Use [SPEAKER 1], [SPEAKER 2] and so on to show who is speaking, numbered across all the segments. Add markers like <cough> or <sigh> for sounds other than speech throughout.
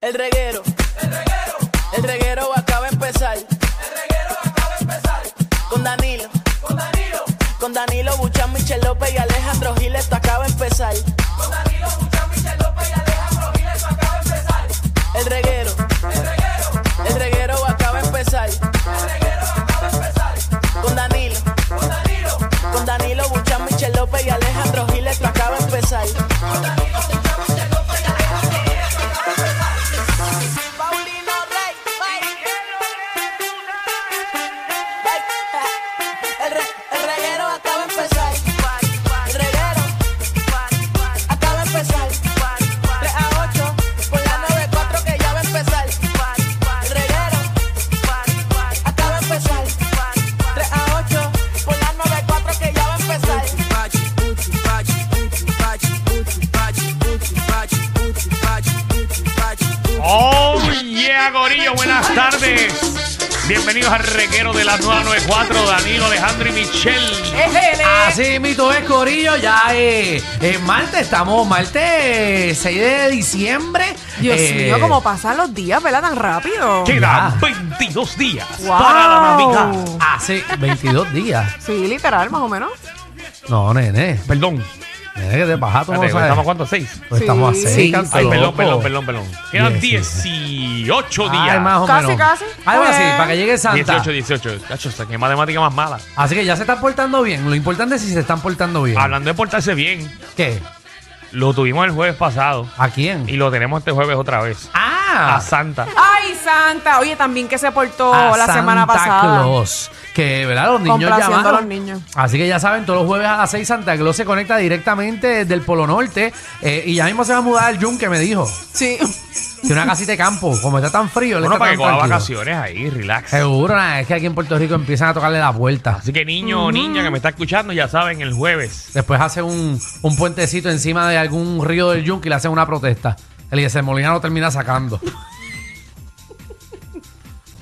[SPEAKER 1] El reguero. El reguero. El reguero acaba de empezar. El reguero acaba de empezar. Con Danilo. Con Danilo. Con Danilo Buchan, Michel López y Alejandro Giles, esto acaba de empezar. Con Danilo Buchan, Michel López y Alejandro Giles, esto acaba de empezar. El reguero. El reguero. El reguero acaba de empezar. El reguero acaba de empezar. Con Danilo. Con Danilo. Con Danilo Buchan, Michel López y Alejandro Giles, esto acaba de empezar. Paulino Rey, El, re- el reguero acaba de empezar. El reguero acaba de empezar. 3 a 8 por la 94 que ya va a empezar. El reguero acaba de empezar. 3 a 8 por la 94 que ya va a empezar.
[SPEAKER 2] Oh, yeah, Gorillo, buenas tardes. Bienvenidos al reguero de las 994, Danilo, Alejandro y Michelle.
[SPEAKER 3] Así mito es, Corillo, ya eh, es martes, estamos martes 6 de diciembre.
[SPEAKER 4] Dios
[SPEAKER 3] Eh,
[SPEAKER 4] mío, cómo pasan los días, ¿verdad? Tan rápido.
[SPEAKER 3] Ah.
[SPEAKER 2] Quedan 22 días
[SPEAKER 4] Wow.
[SPEAKER 2] para la Navidad.
[SPEAKER 3] Hace 22 días.
[SPEAKER 4] Sí, literal, más o menos.
[SPEAKER 3] No, nene,
[SPEAKER 2] Perdón,
[SPEAKER 3] nene, que te baja tú no
[SPEAKER 2] espérate,
[SPEAKER 3] sabes.
[SPEAKER 2] ¿estamos cuánto? ¿Seis?
[SPEAKER 3] Pues estamos
[SPEAKER 4] Sí.
[SPEAKER 3] a 6,
[SPEAKER 4] Sí.
[SPEAKER 2] Ay, perdón, perdón, perdón, perdón. Quedan
[SPEAKER 3] Sí, sí, sí.
[SPEAKER 2] 18 días.
[SPEAKER 3] Ay, más o
[SPEAKER 4] Casi,
[SPEAKER 3] menos.
[SPEAKER 4] casi. Pues
[SPEAKER 3] Algo
[SPEAKER 4] Está
[SPEAKER 3] así,
[SPEAKER 4] bien.
[SPEAKER 3] para que llegue Santa.
[SPEAKER 2] 18, 18. Cacho, esa- qué matemática más mala.
[SPEAKER 3] Así que ya se están portando bien. Lo importante es si se están portando bien.
[SPEAKER 2] Hablando de portarse bien,
[SPEAKER 3] ¿Qué?
[SPEAKER 2] lo tuvimos el jueves pasado
[SPEAKER 3] ¿A quién?
[SPEAKER 2] y lo tenemos este jueves otra vez. A
[SPEAKER 3] Ah,
[SPEAKER 2] Santa.
[SPEAKER 4] Ay, Santa. Oye, también que se portó
[SPEAKER 3] a
[SPEAKER 4] Oh, la semana
[SPEAKER 3] Santa
[SPEAKER 4] pasada.
[SPEAKER 3] Claus. Que, ¿verdad? Los niños
[SPEAKER 4] Complaciendo a
[SPEAKER 3] llamaron.
[SPEAKER 4] los niños.
[SPEAKER 3] Así que ya saben, todos los jueves a las 6 Santa Claus se conecta directamente desde el Polo Norte eh, y ya mismo se va a mudar al Yunque, me dijo.
[SPEAKER 4] Sí.
[SPEAKER 3] Tiene una casita de campo, como está tan frío. él
[SPEAKER 2] Bueno,
[SPEAKER 3] está
[SPEAKER 2] para que
[SPEAKER 3] tan
[SPEAKER 2] coja
[SPEAKER 3] tranquilo.
[SPEAKER 2] vacaciones ahí, relax.
[SPEAKER 3] Seguro, nada, es que aquí en Puerto Rico empiezan a tocarle la vuelta.
[SPEAKER 2] Así que niño o niña que me está escuchando, ya saben, el jueves.
[SPEAKER 3] Después hace un, un puentecito encima de algún río del Yunque y le hacen una protesta. Eliezer Molina lo termina sacando.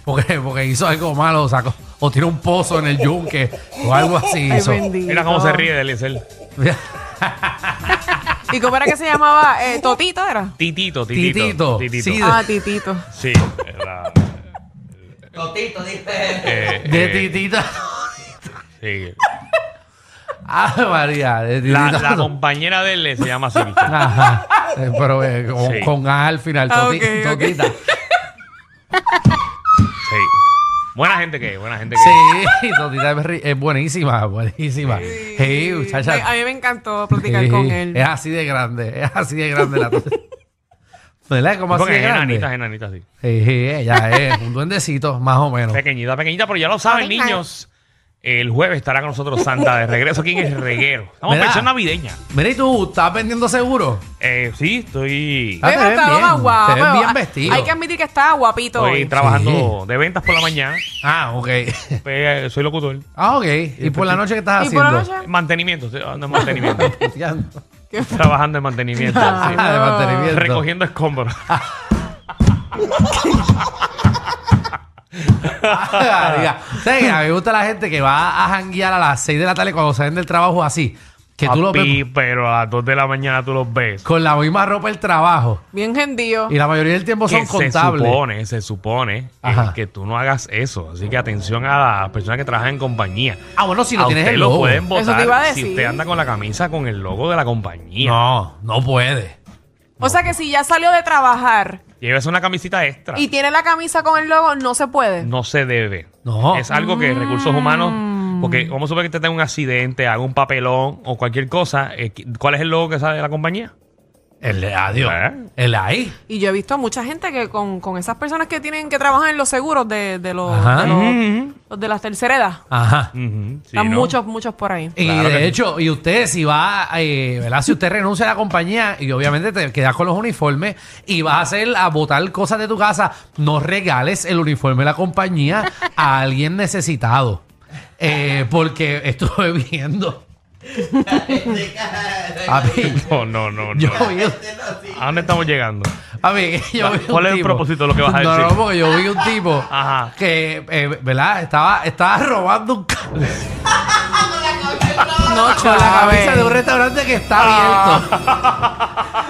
[SPEAKER 3] Porque, porque hizo algo malo, sacó, o tiró un pozo en el Yunque, o algo
[SPEAKER 4] <laughs>
[SPEAKER 3] así
[SPEAKER 4] Ay,
[SPEAKER 3] hizo.
[SPEAKER 4] bendito.
[SPEAKER 2] Mira cómo se ríe de Eliezer.
[SPEAKER 4] ¿Y cómo era que se llamaba? Eh, Totito era.
[SPEAKER 2] Titito, Titito.
[SPEAKER 3] Titito,
[SPEAKER 2] Titito.
[SPEAKER 3] sí.
[SPEAKER 4] Ah, Titito.
[SPEAKER 2] Sí. era-
[SPEAKER 5] Totito, dice.
[SPEAKER 2] eh,
[SPEAKER 3] <laughs> De
[SPEAKER 2] eh,
[SPEAKER 3] titita.
[SPEAKER 2] sí.
[SPEAKER 3] Ah, María, de
[SPEAKER 2] La,
[SPEAKER 3] titita.
[SPEAKER 2] la compañera de él se llama así. bicho.
[SPEAKER 3] Ajá. Eh, Pero eh, con,
[SPEAKER 2] Sí.
[SPEAKER 3] con A al final,
[SPEAKER 4] Ah,
[SPEAKER 3] toti-
[SPEAKER 4] ok, ok.
[SPEAKER 3] totita.
[SPEAKER 2] Sí. Buena gente que es, buena gente que es.
[SPEAKER 3] Sí, totita es, ri- es buenísima, buenísima. Sí, muchacha. Eh, ah,
[SPEAKER 4] Ay, A mí me encantó platicar con
[SPEAKER 3] Sí,
[SPEAKER 4] él.
[SPEAKER 3] Es así de grande, es así de grande la totita. ¿Verdad? Como así
[SPEAKER 2] Porque
[SPEAKER 3] de
[SPEAKER 2] es enanita, es
[SPEAKER 3] grande.
[SPEAKER 2] enanita, sí.
[SPEAKER 3] Sí, sí, ella es un duendecito, más o menos.
[SPEAKER 2] Pequeñita, pequeñita, pero ya lo saben,
[SPEAKER 4] Pequeña.
[SPEAKER 2] niños. El jueves estará con nosotros Santa de regreso aquí en el reguero. Estamos en
[SPEAKER 3] Mira.
[SPEAKER 2] versión navideña.
[SPEAKER 3] Mira, ¿y tú estás vendiendo seguro?
[SPEAKER 2] Eh, sí, estoy,
[SPEAKER 3] Ah,
[SPEAKER 4] Oye,
[SPEAKER 3] te
[SPEAKER 4] pero
[SPEAKER 3] ves
[SPEAKER 4] estaba
[SPEAKER 3] bien,
[SPEAKER 4] más guapo.
[SPEAKER 3] te ves bien
[SPEAKER 4] Ah,
[SPEAKER 3] vestido.
[SPEAKER 4] Hay que admitir que estaba guapito
[SPEAKER 2] estoy
[SPEAKER 4] hoy.
[SPEAKER 2] trabajando de ventas por la mañana.
[SPEAKER 3] Ah, ok. <laughs>
[SPEAKER 2] Eh, soy locutor.
[SPEAKER 3] Ah, ok. ¿Y por la noche qué estás
[SPEAKER 4] ¿Y por
[SPEAKER 3] haciendo?
[SPEAKER 4] la noche?
[SPEAKER 2] Mantenimiento, estoy trabajando en mantenimiento.
[SPEAKER 3] Puteando.
[SPEAKER 2] trabajando en mantenimiento. sí.
[SPEAKER 3] Ah, de mantenimiento. <laughs>
[SPEAKER 2] Recogiendo escombros.
[SPEAKER 3] Ah, Diga, ¿sabes qué? a mí me gusta la gente que va a janguear a las 6 de la tarde cuando salen del trabajo así. Que tú lo
[SPEAKER 2] Papi,
[SPEAKER 3] ves
[SPEAKER 2] pero a las 2 de la mañana tú los ves.
[SPEAKER 3] con la misma ropa el trabajo.
[SPEAKER 4] Bien gentío.
[SPEAKER 3] Y la mayoría del tiempo son
[SPEAKER 2] Que se
[SPEAKER 3] contables.
[SPEAKER 2] supone, se supone
[SPEAKER 3] Ajá.
[SPEAKER 2] eh, que tú no hagas eso. Así que atención a las personas que trabajan en compañía.
[SPEAKER 3] Ah, bueno, si
[SPEAKER 2] a
[SPEAKER 3] no tienes
[SPEAKER 2] usted
[SPEAKER 3] el
[SPEAKER 2] lo
[SPEAKER 3] logo.
[SPEAKER 2] pueden
[SPEAKER 4] Eso te
[SPEAKER 2] votar
[SPEAKER 4] iba a
[SPEAKER 2] si
[SPEAKER 4] decir.
[SPEAKER 2] usted anda con la camisa con el logo de la compañía.
[SPEAKER 3] No, no puede.
[SPEAKER 4] O sea que si ya salió de trabajar
[SPEAKER 2] Llévese una camisita extra.
[SPEAKER 4] y tiene la camisa con el logo, no se puede.
[SPEAKER 2] No se debe.
[SPEAKER 3] No.
[SPEAKER 2] Es algo que recursos
[SPEAKER 4] Mm.
[SPEAKER 2] humanos, porque vamos a suponer que usted tenga un accidente, haga un papelón o cualquier cosa. eh, ¿Cuál es el logo que sale de la compañía?
[SPEAKER 3] El de adiós.
[SPEAKER 2] ¿Eh?
[SPEAKER 3] El de ahí.
[SPEAKER 4] Y yo he visto a mucha gente que con, con esas personas que tienen que trabajar en los seguros de, de los,
[SPEAKER 3] Ajá.
[SPEAKER 4] de, los, los de las tercera edad.
[SPEAKER 3] Ajá.
[SPEAKER 2] Ujú, sí,
[SPEAKER 4] Están
[SPEAKER 2] ¿no? Eh,
[SPEAKER 4] muchos, muchos por ahí.
[SPEAKER 3] Y
[SPEAKER 2] Claro que sí.
[SPEAKER 3] de hecho, y usted si va, eh, ¿verdad? Si usted renuncia a la compañía y obviamente te quedas con los uniformes y vas a hacer a botar cosas de tu casa, no regales el uniforme de la compañía a alguien necesitado. Eh, porque estuve <laughs> viendo.
[SPEAKER 5] <laughs>
[SPEAKER 3] A mí,
[SPEAKER 2] <laughs> No, no, no. no.
[SPEAKER 3] yo vi un-
[SPEAKER 2] ¿A dónde estamos llegando?
[SPEAKER 3] A ver, que yo vi un
[SPEAKER 2] ¿Cuál es el
[SPEAKER 3] tipo-
[SPEAKER 2] propósito de lo que vas a
[SPEAKER 3] No,
[SPEAKER 2] decir?
[SPEAKER 3] no, porque yo vi un tipo
[SPEAKER 2] Ajá.
[SPEAKER 3] que, eh, ¿verdad? Estaba, estaba robando un cable
[SPEAKER 4] No,
[SPEAKER 3] con la
[SPEAKER 4] chaval.
[SPEAKER 3] camisa de un restaurante que está abierto.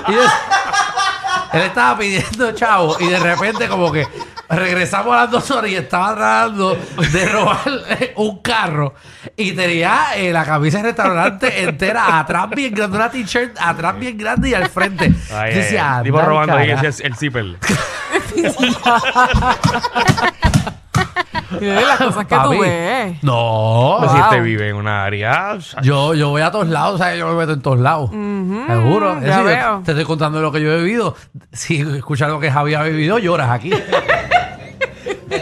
[SPEAKER 3] Y yo- Ah. Él estaba pidiendo chavo y de repente como que regresamos a las dos horas y estaba tratando de robar eh, un carro y tenía eh, la camisa del restaurante entera atrás bien grande, una t-shirt atrás bien grande y al frente.
[SPEAKER 2] Ay,
[SPEAKER 3] Yo
[SPEAKER 2] ay,
[SPEAKER 3] decía,
[SPEAKER 2] ay.
[SPEAKER 3] "Anda,
[SPEAKER 2] tipo robando ahí
[SPEAKER 3] <laughs> cara".
[SPEAKER 2] ese- el zipper.
[SPEAKER 4] Y de las cosas que
[SPEAKER 3] Papi,
[SPEAKER 4] tú ves.
[SPEAKER 3] No.
[SPEAKER 2] Pues Si
[SPEAKER 4] Wow.
[SPEAKER 2] este vive en una área. Ah,
[SPEAKER 3] Yo, yo voy a todos lados, o sea, yo me meto en todos lados. Seguro.
[SPEAKER 4] ya
[SPEAKER 3] Eso yo
[SPEAKER 4] veo.
[SPEAKER 3] te estoy contando lo que yo he vivido. Si escuchas lo que Javi ha vivido,
[SPEAKER 4] <laughs>
[SPEAKER 3] lloras aquí.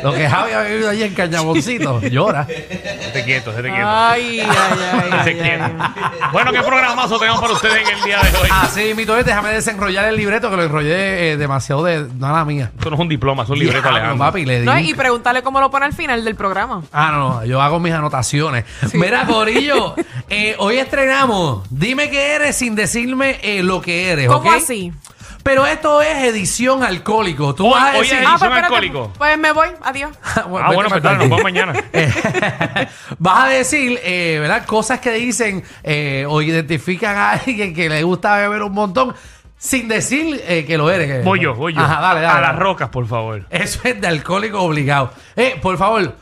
[SPEAKER 3] lo que Javi ha vivido allí en Cañaboncito, lloras.
[SPEAKER 2] Esté quieto, esté quieto.
[SPEAKER 4] Ay, ay,
[SPEAKER 2] <laughs>
[SPEAKER 4] ay,
[SPEAKER 2] Esté
[SPEAKER 4] ay,
[SPEAKER 2] quieto.
[SPEAKER 4] ay.
[SPEAKER 2] Bueno, qué programazo tenemos para ustedes en el día de hoy.
[SPEAKER 3] Así, mi es, déjame desenrollar el libreto que lo enrollé eh, demasiado de nada mía.
[SPEAKER 2] Esto no es un diploma, es un libreto,
[SPEAKER 3] Diablo,
[SPEAKER 2] Alejandro.
[SPEAKER 3] papi, le di
[SPEAKER 4] No,
[SPEAKER 3] un
[SPEAKER 4] y preguntarle cómo lo pone al final del programa.
[SPEAKER 3] Ah, no, no, yo hago mis anotaciones. Mira,
[SPEAKER 4] <laughs>
[SPEAKER 3] Corillo, eh, hoy estrenamos. Dime qué eres sin decirme eh, lo que eres.
[SPEAKER 4] ¿Cómo
[SPEAKER 3] ¿ok?
[SPEAKER 4] así? Ah, pues
[SPEAKER 3] Pero esto es edición alcohólico. Tú
[SPEAKER 2] Hoy-
[SPEAKER 3] vas a
[SPEAKER 2] hoy es
[SPEAKER 3] decir.
[SPEAKER 2] edición
[SPEAKER 4] pues, espérate.
[SPEAKER 2] alcohólico.
[SPEAKER 4] Pues me voy, adiós.
[SPEAKER 3] <laughs>
[SPEAKER 2] Ah, bueno, pues dale, nos vemos mañana.
[SPEAKER 3] Eh, vas a decir, eh, ¿verdad? Cosas que dicen eh, o identifican a alguien que le gusta beber un montón sin decir eh, que lo eres. que-
[SPEAKER 2] Voy yo, voy yo.
[SPEAKER 3] Ajá, dale, dale.
[SPEAKER 2] A las
[SPEAKER 3] dale.
[SPEAKER 2] rocas, por favor.
[SPEAKER 3] Eso es de alcohólico obligado. Eh, por favor,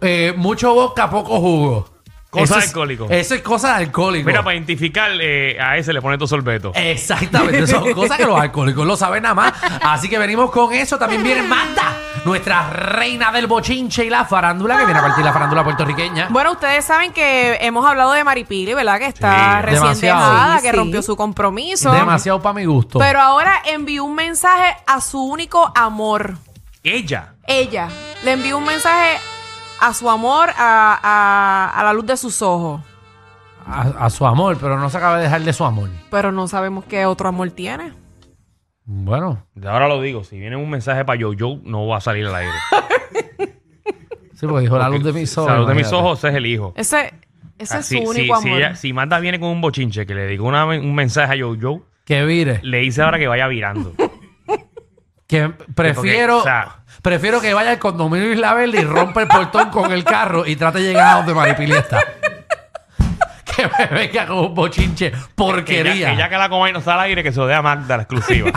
[SPEAKER 3] eh, mucho vodka, poco jugo.
[SPEAKER 2] Cosa
[SPEAKER 3] Eso
[SPEAKER 2] de
[SPEAKER 3] es-
[SPEAKER 2] alcohólico.
[SPEAKER 3] Eso es cosa de alcohólico.
[SPEAKER 2] Mira, para identificar eh, a ese le pones dos sorbetos.
[SPEAKER 3] Eh. Exactamente, son cosas que los alcohólicos lo saben nada más. Así que venimos con eso. También viene Magda, nuestra reina del bochinche y la farándula, que viene a partir la farándula puertorriqueña.
[SPEAKER 4] Bueno, ustedes saben que hemos hablado de Maripili, ¿verdad? Que está
[SPEAKER 2] Sí.
[SPEAKER 4] recién
[SPEAKER 3] Demasiado.
[SPEAKER 4] dejada,
[SPEAKER 6] Sí,
[SPEAKER 4] que
[SPEAKER 6] sí.
[SPEAKER 4] rompió su compromiso.
[SPEAKER 3] Demasiado para mi gusto.
[SPEAKER 4] Pero ahora envió un mensaje a su único amor.
[SPEAKER 2] Ella.
[SPEAKER 4] Ella le envió un mensaje a su amor, a, a- a la luz de sus ojos.
[SPEAKER 3] a, a su amor, pero no se acaba de dejar de su amor.
[SPEAKER 4] Pero no sabemos qué otro amor tiene.
[SPEAKER 3] Bueno,
[SPEAKER 2] Ahora lo digo, si viene un mensaje para yo, yo no va a salir al aire.
[SPEAKER 3] sí, porque dijo la luz de mis ojos.
[SPEAKER 2] La luz de mis
[SPEAKER 3] imagínate.
[SPEAKER 2] ojos ese es el hijo.
[SPEAKER 4] Ese, ese
[SPEAKER 2] Ah,
[SPEAKER 4] es
[SPEAKER 2] sí,
[SPEAKER 4] su
[SPEAKER 2] sí,
[SPEAKER 4] único
[SPEAKER 2] si,
[SPEAKER 4] amor.
[SPEAKER 2] ella- si Magda viene con un bochinche que le digo una- un mensaje a yo, yo,
[SPEAKER 3] Que vire.
[SPEAKER 2] le dice ahora que vaya
[SPEAKER 3] <laughs>
[SPEAKER 2] virando.
[SPEAKER 3] Que prefiero.
[SPEAKER 2] o sea-
[SPEAKER 3] Prefiero que vaya al condominio Isla Verde y rompa el portón con el carro y trate de llegar a donde Maripili está. <laughs> que me venga con un bochinche
[SPEAKER 2] que
[SPEAKER 3] porquería.
[SPEAKER 2] ella, ella que la coma y no está al aire, que se lo dé a Magda
[SPEAKER 4] <laughs>
[SPEAKER 2] la exclusiva.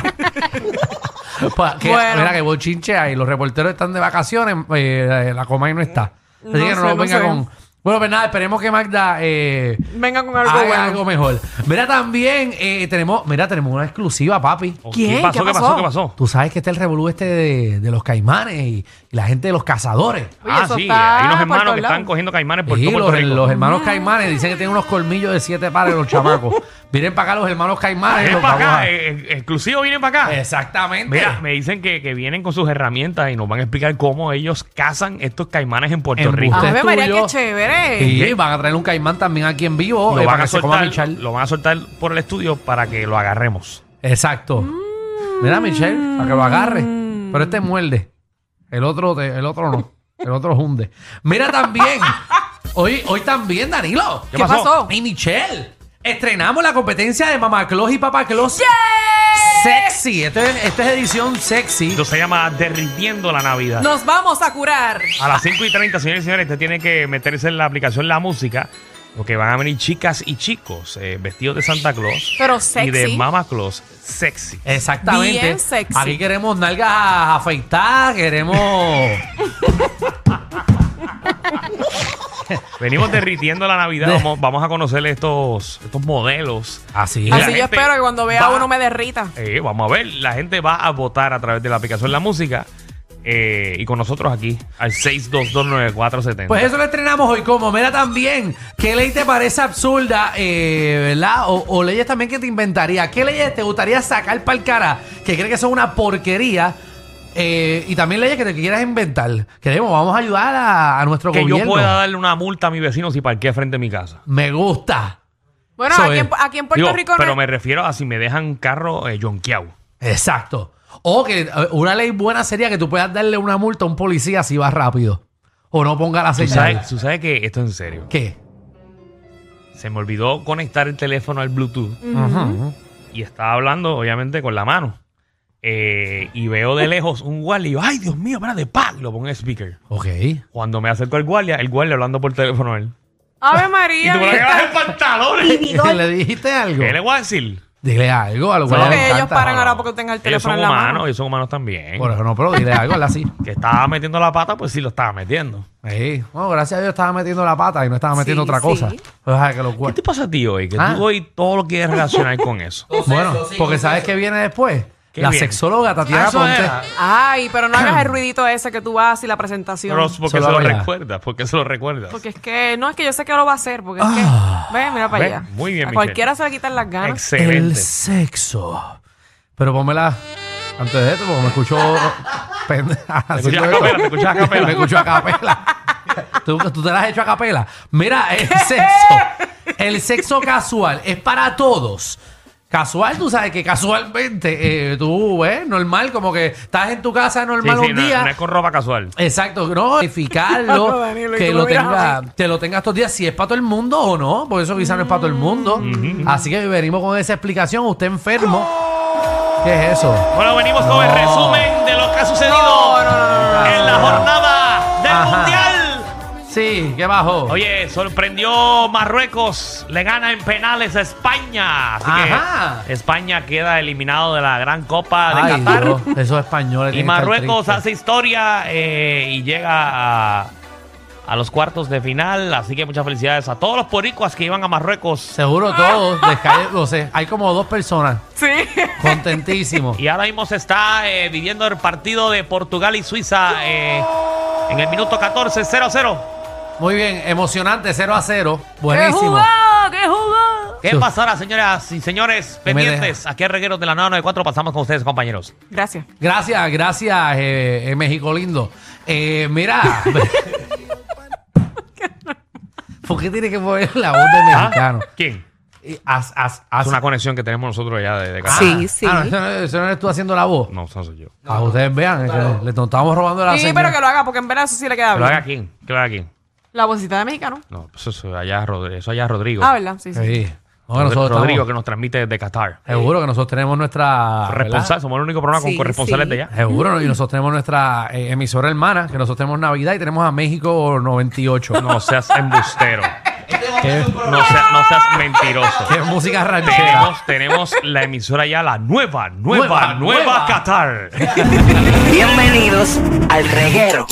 [SPEAKER 3] Pa- que,
[SPEAKER 4] Bueno.
[SPEAKER 3] Mira que bochinche ahí. Los reporteros están de vacaciones. eh, la Comay no está. Así
[SPEAKER 4] No
[SPEAKER 3] que no,
[SPEAKER 4] sé, no
[SPEAKER 3] venga
[SPEAKER 4] sé.
[SPEAKER 3] con. Bueno, pues nada, esperemos que Magda eh,
[SPEAKER 4] Venga con algo
[SPEAKER 3] haga
[SPEAKER 4] bueno.
[SPEAKER 3] algo mejor. Mira, también eh, tenemos, mira, tenemos una exclusiva, papi.
[SPEAKER 2] Oh,
[SPEAKER 4] ¿Quién?
[SPEAKER 2] ¿Qué pasó?
[SPEAKER 4] ¿Qué
[SPEAKER 2] ¿Qué pasó?
[SPEAKER 4] pasó?
[SPEAKER 2] ¿Qué pasó?
[SPEAKER 3] Tú sabes que está el revolú este de, de los caimanes y, y la gente de los cazadores.
[SPEAKER 4] Oye,
[SPEAKER 2] ah,
[SPEAKER 4] eso
[SPEAKER 2] sí,
[SPEAKER 4] está
[SPEAKER 2] hay unos
[SPEAKER 4] por
[SPEAKER 2] hermanos
[SPEAKER 4] todos
[SPEAKER 2] que
[SPEAKER 4] lados.
[SPEAKER 2] están cogiendo caimanes por
[SPEAKER 3] Sí,
[SPEAKER 2] todo Puerto
[SPEAKER 3] los,
[SPEAKER 2] Rico.
[SPEAKER 3] los hermanos caimanes dicen que tienen unos colmillos de siete pares los
[SPEAKER 2] <laughs>
[SPEAKER 3] chamacos. Vienen para acá los hermanos caimanes.
[SPEAKER 2] Vienen
[SPEAKER 3] los
[SPEAKER 2] para
[SPEAKER 3] vamos
[SPEAKER 2] acá,
[SPEAKER 3] a- Eh,
[SPEAKER 2] eh, eh, exclusivo vienen para acá.
[SPEAKER 3] Exactamente.
[SPEAKER 2] Mira, me dicen que, que vienen con sus herramientas y nos van a explicar cómo ellos cazan estos caimanes en Puerto
[SPEAKER 3] En
[SPEAKER 2] Rico.
[SPEAKER 3] Usted
[SPEAKER 4] Ave
[SPEAKER 3] es
[SPEAKER 4] María,
[SPEAKER 3] tuyo.
[SPEAKER 4] qué chévere.
[SPEAKER 3] Sí, van a traer un caimán también aquí en vivo
[SPEAKER 2] Lo
[SPEAKER 3] eh,
[SPEAKER 2] van,
[SPEAKER 3] para
[SPEAKER 2] a
[SPEAKER 3] que se coma
[SPEAKER 2] soltar,
[SPEAKER 3] Michelle.
[SPEAKER 2] lo van a soltar por el estudio para que lo agarremos.
[SPEAKER 3] Exacto. Mira, Michelle, para que lo agarre. Pero este muerde. El otro, te- el otro no. El otro hunde. Mira también. hoy, hoy también, Danilo.
[SPEAKER 2] ¿Qué
[SPEAKER 4] ¿Qué
[SPEAKER 2] pasó?
[SPEAKER 4] pasó?
[SPEAKER 3] Y Michelle. Estrenamos la competencia de Mamá Claus y Papá Claus. Sexy. Esto es, esto es edición sexy.
[SPEAKER 2] Esto se llama Derritiendo la Navidad.
[SPEAKER 4] Nos vamos a curar.
[SPEAKER 2] A las 5 y 30, señores y señores, usted tiene que meterse en la aplicación La Música, porque van a venir chicas y chicos eh, vestidos de Santa Claus
[SPEAKER 4] Pero
[SPEAKER 2] y de
[SPEAKER 4] sexy.
[SPEAKER 2] Mama Claus sexy.
[SPEAKER 3] Exactamente.
[SPEAKER 4] Bien sexy.
[SPEAKER 3] Aquí queremos nalgas afeitadas, queremos.
[SPEAKER 4] <laughs>
[SPEAKER 2] Venimos derritiendo la Navidad. Vamos, vamos a conocer estos, estos modelos.
[SPEAKER 3] Así
[SPEAKER 2] Y
[SPEAKER 3] es.
[SPEAKER 2] la
[SPEAKER 4] Así yo
[SPEAKER 2] gente
[SPEAKER 4] espero que cuando vea
[SPEAKER 2] este, va-
[SPEAKER 4] uno me derrita.
[SPEAKER 2] Eh, vamos a ver, la gente va a votar a través de la aplicación La Música eh, y con nosotros aquí al 6229470.
[SPEAKER 3] Pues eso lo estrenamos hoy como. Mira también, ¿qué ley te parece absurda, eh, verdad? O, o leyes también que te inventaría. ¿Qué leyes te gustaría sacar para el cara que crees que son una porquería? Eh, y también leyes que te quieras inventar. Queremos, vamos a ayudar a, a nuestro
[SPEAKER 2] que yo
[SPEAKER 3] gobierno.
[SPEAKER 2] pueda darle una multa a mi vecino si parquea frente a mi casa.
[SPEAKER 3] Me gusta.
[SPEAKER 4] Bueno,
[SPEAKER 3] Eso
[SPEAKER 4] aquí
[SPEAKER 3] es.
[SPEAKER 4] en, aquí en Puerto
[SPEAKER 2] Digo,
[SPEAKER 4] Rico
[SPEAKER 2] pero
[SPEAKER 4] no.
[SPEAKER 2] me refiero a si me dejan un carro eh, yonqueado.
[SPEAKER 3] Exacto. O que eh, una ley buena sería que tú puedas darle una multa a un policía si va rápido. O no ponga la
[SPEAKER 2] Tú
[SPEAKER 4] Pues
[SPEAKER 3] señal.
[SPEAKER 2] sabes, tú sabes que esto es en serio.
[SPEAKER 3] ¿Qué?
[SPEAKER 2] Se me olvidó conectar el teléfono al Bluetooth y estaba hablando, obviamente, con la mano. Eh, y veo de lejos un guardia y yo, ay, Dios mío, espérate, pa, y lo pongo en speaker.
[SPEAKER 3] Ok.
[SPEAKER 2] Cuando me acerco al guardia, el guardia hablando por teléfono a él.
[SPEAKER 4] Ave
[SPEAKER 2] <laughs> Y
[SPEAKER 4] María.
[SPEAKER 2] tú me lo
[SPEAKER 4] bien
[SPEAKER 2] llevas en pantalones.
[SPEAKER 3] <laughs> ¿Le dijiste algo?
[SPEAKER 2] <laughs> ¿Qué le voy a decir?
[SPEAKER 3] Dile algo a los
[SPEAKER 4] Solo
[SPEAKER 3] guardias. les
[SPEAKER 4] que ellos
[SPEAKER 3] encanta.
[SPEAKER 4] paran ahora porque tengan el
[SPEAKER 2] Ellos
[SPEAKER 4] teléfono
[SPEAKER 2] son
[SPEAKER 4] en la
[SPEAKER 2] humanos,
[SPEAKER 4] mano.
[SPEAKER 2] ellos son humanos también.
[SPEAKER 3] Por eso no, pero dile algo, hazle así.
[SPEAKER 2] Que estaba metiendo la pata, pues sí lo estaba metiendo.
[SPEAKER 3] Ahí. Bueno, gracias a Dios estaba metiendo la pata y no estaba metiendo
[SPEAKER 4] Sí,
[SPEAKER 3] otra cosa.
[SPEAKER 4] sí.
[SPEAKER 3] Pues, ay, que lo
[SPEAKER 2] ¿Qué
[SPEAKER 3] cual-
[SPEAKER 2] te pasa a ti hoy? Que
[SPEAKER 3] Ah.
[SPEAKER 2] tú hoy todo lo quieres relacionar
[SPEAKER 3] <laughs>
[SPEAKER 2] con eso.
[SPEAKER 3] Bueno, porque ¿sabes qué viene después?
[SPEAKER 2] ¿Qué
[SPEAKER 3] la
[SPEAKER 2] viene?
[SPEAKER 3] sexóloga
[SPEAKER 2] Ah,
[SPEAKER 3] Tatiana
[SPEAKER 2] eso
[SPEAKER 3] Ponte.
[SPEAKER 2] era.
[SPEAKER 4] Ay, pero no hagas el ruidito ese que tú vas y la presentación.
[SPEAKER 2] Ross, ¿por qué
[SPEAKER 3] Se
[SPEAKER 2] se
[SPEAKER 3] lo
[SPEAKER 2] lo
[SPEAKER 3] hago ya.
[SPEAKER 2] recuerdas? ¿Por qué se lo recuerdas?
[SPEAKER 4] Porque es que, no, es que yo sé que lo va a hacer, porque es que,
[SPEAKER 3] Ah.
[SPEAKER 4] ve, mira para
[SPEAKER 2] Ve,
[SPEAKER 4] allá.
[SPEAKER 2] muy bien,
[SPEAKER 4] A
[SPEAKER 2] Michelle.
[SPEAKER 4] cualquiera se le quitan las ganas.
[SPEAKER 3] El
[SPEAKER 2] Excelente.
[SPEAKER 3] sexo. Pero pónmela antes de esto, porque me escucho <laughs> pendeja. haciendo
[SPEAKER 2] a
[SPEAKER 3] esto.
[SPEAKER 2] capela, te escuchas a capela.
[SPEAKER 3] me escucho
[SPEAKER 2] <laughs>
[SPEAKER 3] a capela. ¿Tú, tú te la has hecho a capela. Mira, el sexo. El sexo casual es para todos. Casual, tú sabes que casualmente eh, tú, ves, normal, como que estás en tu casa
[SPEAKER 2] Sí,
[SPEAKER 3] normal
[SPEAKER 2] sí,
[SPEAKER 3] un
[SPEAKER 2] no,
[SPEAKER 3] día.
[SPEAKER 2] no es con ropa casual.
[SPEAKER 3] Exacto,
[SPEAKER 4] <laughs>
[SPEAKER 3] no,
[SPEAKER 4] No,
[SPEAKER 3] verificarlo,
[SPEAKER 4] Danilo, ¿y
[SPEAKER 3] que
[SPEAKER 4] tú
[SPEAKER 3] lo
[SPEAKER 4] lo miras
[SPEAKER 3] tenga, te lo tengas estos días, si es para todo el mundo o no, porque eso quizás no es para todo el mundo.
[SPEAKER 4] Mm.
[SPEAKER 3] Así que venimos con esa explicación, usted enfermo. ¿Qué es eso?
[SPEAKER 2] Bueno, venimos con el resumen de lo que ha sucedido
[SPEAKER 4] No, no, no,
[SPEAKER 2] en la jornada del
[SPEAKER 3] Ajá.
[SPEAKER 2] Mundial.
[SPEAKER 3] Sí, ¿qué bajó?
[SPEAKER 2] Oye, sorprendió Marruecos, le gana en penales a España. Así
[SPEAKER 3] Ajá.
[SPEAKER 2] que España queda eliminado de la Gran Copa de
[SPEAKER 3] Ay,
[SPEAKER 2] Qatar.
[SPEAKER 3] Dios, esos españoles.
[SPEAKER 2] Y
[SPEAKER 3] tienen que estar
[SPEAKER 2] Marruecos
[SPEAKER 3] tristes.
[SPEAKER 2] hace historia eh, y llega a, a los cuartos de final. Así que muchas felicidades a todos los poricuas que iban a Marruecos.
[SPEAKER 3] Seguro todos, les cae- o sea, hay como dos personas
[SPEAKER 4] Sí.
[SPEAKER 2] <laughs>
[SPEAKER 3] contentísimos.
[SPEAKER 2] Y ahora mismo se está eh, viviendo el partido de Portugal y Suiza eh, en el minuto 14, 0-0.
[SPEAKER 3] Muy bien, emocionante, 0 a 0.
[SPEAKER 4] ¡Qué
[SPEAKER 3] Buenísimo.
[SPEAKER 4] jugado! ¡Qué jugado!
[SPEAKER 2] ¿Qué
[SPEAKER 3] Sí.
[SPEAKER 2] pasará, señoras y señores?
[SPEAKER 3] No me
[SPEAKER 2] Pendientes. Aquí a Regueros de la 994 pasamos con ustedes, compañeros.
[SPEAKER 4] Gracias.
[SPEAKER 3] Gracias, gracias, eh, eh, México lindo. Eh, mira. <laughs> ¿Por qué tiene que poner la voz de
[SPEAKER 2] ¿Ah?
[SPEAKER 3] mexicano?
[SPEAKER 2] ¿Quién?
[SPEAKER 3] Y haz- haz- haz-
[SPEAKER 2] Es una conexión que tenemos nosotros allá de, de
[SPEAKER 3] Ah,
[SPEAKER 2] Qatar.
[SPEAKER 4] Sí, sí.
[SPEAKER 3] ah, no, eso, no, eso no eres tú haciendo la voz.
[SPEAKER 2] No, eso no soy yo.
[SPEAKER 3] Ah, ustedes vean, es que le, le- nos estamos robando la
[SPEAKER 4] Sí,
[SPEAKER 3] señal.
[SPEAKER 4] pero que lo haga, porque en verdad eso sí le queda
[SPEAKER 2] ¿Que lo haga
[SPEAKER 4] bien.
[SPEAKER 2] quién? ¿Que lo haga quién?
[SPEAKER 4] La vocita de mexicano.
[SPEAKER 2] No, pues eso allá, es Rodri- eso allá es Rodrigo.
[SPEAKER 4] Ah, ¿verdad? Sí, sí.
[SPEAKER 3] Sí. No, que
[SPEAKER 2] Rod-
[SPEAKER 3] nosotros
[SPEAKER 2] Rodrigo
[SPEAKER 3] estamos-
[SPEAKER 2] que nos transmite desde Qatar.
[SPEAKER 3] Seguro que nosotros tenemos nuestra. Ah, ¿verdad?
[SPEAKER 2] Corresponsal, somos el único programa con
[SPEAKER 4] Sí,
[SPEAKER 2] corresponsales
[SPEAKER 4] sí.
[SPEAKER 2] de allá.
[SPEAKER 3] Seguro, ¿no? y nosotros tenemos nuestra eh, emisora hermana, que nosotros tenemos Navidad y tenemos a México 98. <laughs>
[SPEAKER 2] No seas embustero.
[SPEAKER 3] ¿Qué?
[SPEAKER 2] No, seas- no seas mentiroso.
[SPEAKER 3] Que es música ranchera.
[SPEAKER 2] Tenemos, tenemos la emisora ya, la nueva, nueva,
[SPEAKER 3] Nueva,
[SPEAKER 2] nueva,
[SPEAKER 3] nueva.
[SPEAKER 2] Qatar.
[SPEAKER 6] Bienvenidos al reguero.